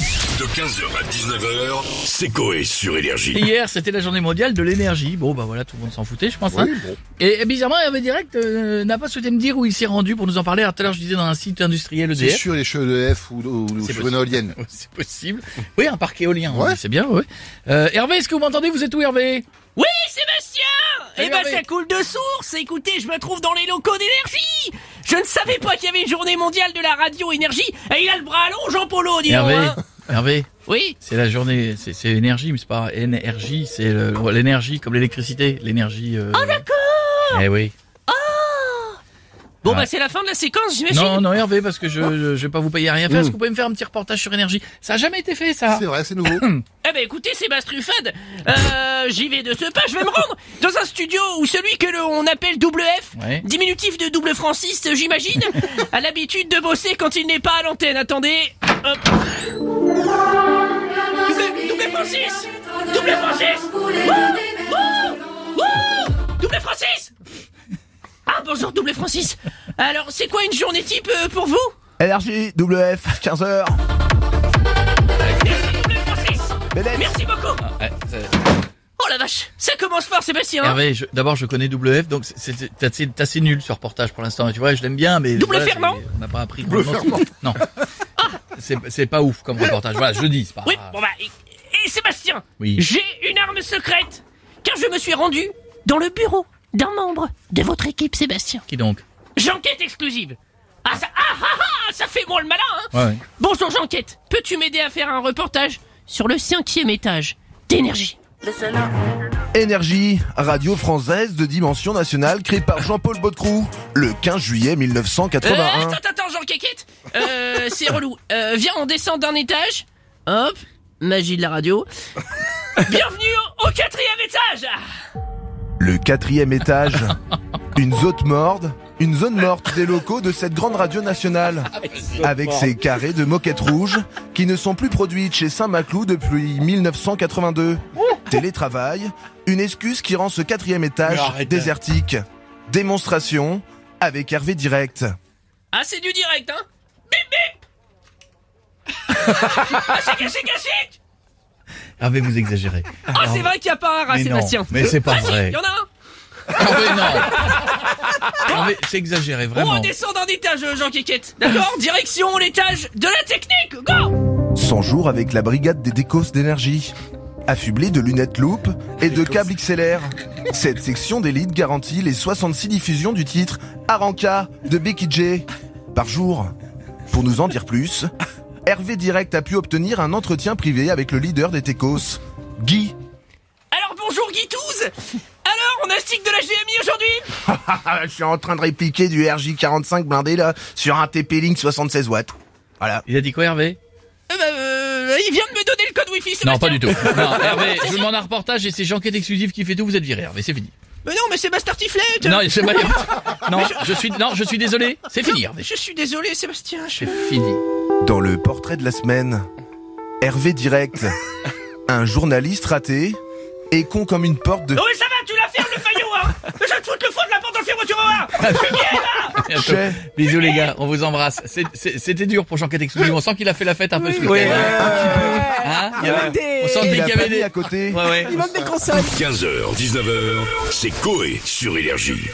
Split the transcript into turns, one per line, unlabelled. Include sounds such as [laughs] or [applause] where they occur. De 15h à 19h, c'est Coé sur Énergie.
Hier, c'était la journée mondiale de l'énergie. Bon, bah voilà, tout le monde s'en foutait, je pense. hein. Et, et bizarrement, Hervé Direct euh, n'a pas souhaité me dire où il s'est rendu pour nous en parler. Alors, tout à l'heure, je disais dans un site industriel
C'est
EDF.
sûr, les cheveux de F ou, ou, ou
C'est
cheveux d'éolienne.
Ouais, [laughs] C'est possible. Oui, un parc éolien.
Ouais.
oui, C'est bien, oui. Euh, Hervé, est-ce que vous m'entendez Vous êtes où, Hervé
Oui, Sébastien
Salut,
Eh ben,
Hervé.
ça coule de source Écoutez, je me trouve dans les locaux d'énergie Je ne savais pas qu'il y avait une journée mondiale de la radio énergie Et il a le bras long, Jean-Polo, dis donc
Hervé,
hein.
Hervé,
Oui
c'est la journée, c'est c'est énergie, mais c'est pas énergie, c'est le- l'énergie comme l'électricité, l'énergie. Oh d'accord. Eh oui.
Bon,
Ouais.
bah, c'est la fin de la séquence, j'imagine
Ah. Non, non Hervé, parce que je, je, je vais pas vous payer à rien faire. Est-ce que vous pouvez me faire un petit reportage sur énergie Ça a jamais été fait, ça.
Mm. C'est vrai, c'est nouveau.
Eh ben, écoutez, Sébastien Truffade, euh, j'y vais de ce pas, je vais me rendre dans un studio où celui que l'on appelle double F,
Ouais.
diminutif de double franciste, j'imagine, a l'habitude de bosser quand il n'est pas à l'antenne. Attendez Hop. Double, double Francis Double Francis Double Francis Ah bonjour double Francis Alors c'est quoi une journée type euh, pour vous
Énergie, WF, 15h.
Merci double Francis
Belette.
Merci beaucoup
Ouais, c'est-
Oh la vache Ça commence fort Sébastien hein.
Hervé, je- d'abord je connais WF, donc c'est- c'est c'est assez, c'est assez nul ce reportage pour l'instant. Tu vois, je l'aime bien, mais
Double
voilà,
fermant
c'est- On n'a pas appris. Double Non. C'est c'est pas ouf comme reportage. Voilà, je le dis. c'est Pas...
Oui, bon bah, et, et Sébastien,
Oui.
j'ai une arme secrète, car je me suis rendu dans le bureau d'un membre de votre équipe, Sébastien.
Qui donc
J'enquête exclusive. Ah ça, ah, ah, ah, ça fait moi le malin, hein
Ouais. ouais.
Bonjour j'enquête, peux-tu m'aider à faire un reportage sur le cinquième étage d'énergie
Énergie, radio française de dimension nationale créée par Jean-Paul Baudecroux le 15 juillet
euh,
1981.
hein.
Attends, attends, Jean-Quéquette euh, C'est relou. Euh, viens, on descend d'un étage. Hop, magie de
[laughs]
la radio. Bienvenue au, au quatrième étage
Le quatrième étage, une zone morte, une zone morte des locaux de cette grande radio nationale. Avec ses carrés de moquettes rouges qui ne sont plus produites chez Saint-Maclou depuis 1982. Télétravail, une excuse qui rend ce quatrième étage désertique. Démonstration avec Hervé Direct.
Ah, c'est du direct, hein Bip bip
[laughs]
Ah, c'est caché, caché
Hervé, vous exagérez.
Ah, c'est vrai qu'il n'y a pas un rat,
mais non,
Sébastien
mais c'est pas
Ah, si,
vrai.
y en a un
Hervé, non. Hervé, c'est exagéré
Bon, On
vraiment.
descend d'un étage, euh, Jean Quéquette. D'accord Direction l'étage de la technique Go
100 jours avec la brigade des décos d'énergie. Affublée de lunettes loupes et de câbles XLR. Cette section d'élite garantit les 66 diffusions du titre Aranka de Becky J par jour. Pour nous en dire plus, Hervé Direct a pu obtenir un entretien privé avec le leader des Tecos, Guy.
Alors, bonjour Guitouze Alors, on a stick de la GMI aujourd'hui
Ah, je suis en train de répliquer du RJ45 blindé là sur un TP-Link 76 watts. Voilà.
Il a dit quoi, Hervé
euh, bah, euh, Il vient de me donner le code Wi-Fi, Sébastien
Non, pas du tout. Non, Hervé, je vous demande un reportage et c'est Jean-Quête exclusive qui fait tout. Vous êtes viré, Hervé. C'est fini.
Mais non, mais Sébastien Tiflet
Non, c'est
[laughs]
pas. Non, je suis. Non, je suis désolé. C'est fini, Hervé.
Je suis désolé, Sébastien. je-
C'est fini.
Dans le portrait de la semaine,
[laughs]
Hervé Direct, un journaliste raté et con comme une porte de
Non, mais ça va, tu la fermes le faillot,
[laughs]
hein Je vais te foutre le fond de la porte dans le fermeture, au revoir
Bientôt.
Chez.
Bisous les gars, on vous embrasse. C'est- c'est- C'était dur pour Jean-Quête Exclusive. On sent qu'il a fait la fête un peu ce week-end. Hein Il y avait On sentait
[laughs] Il
qu'il
a
y
pas
avait
mis
des.
à côté.
Ouais, ouais.
15h, 19h, c'est Coé sur Énergie.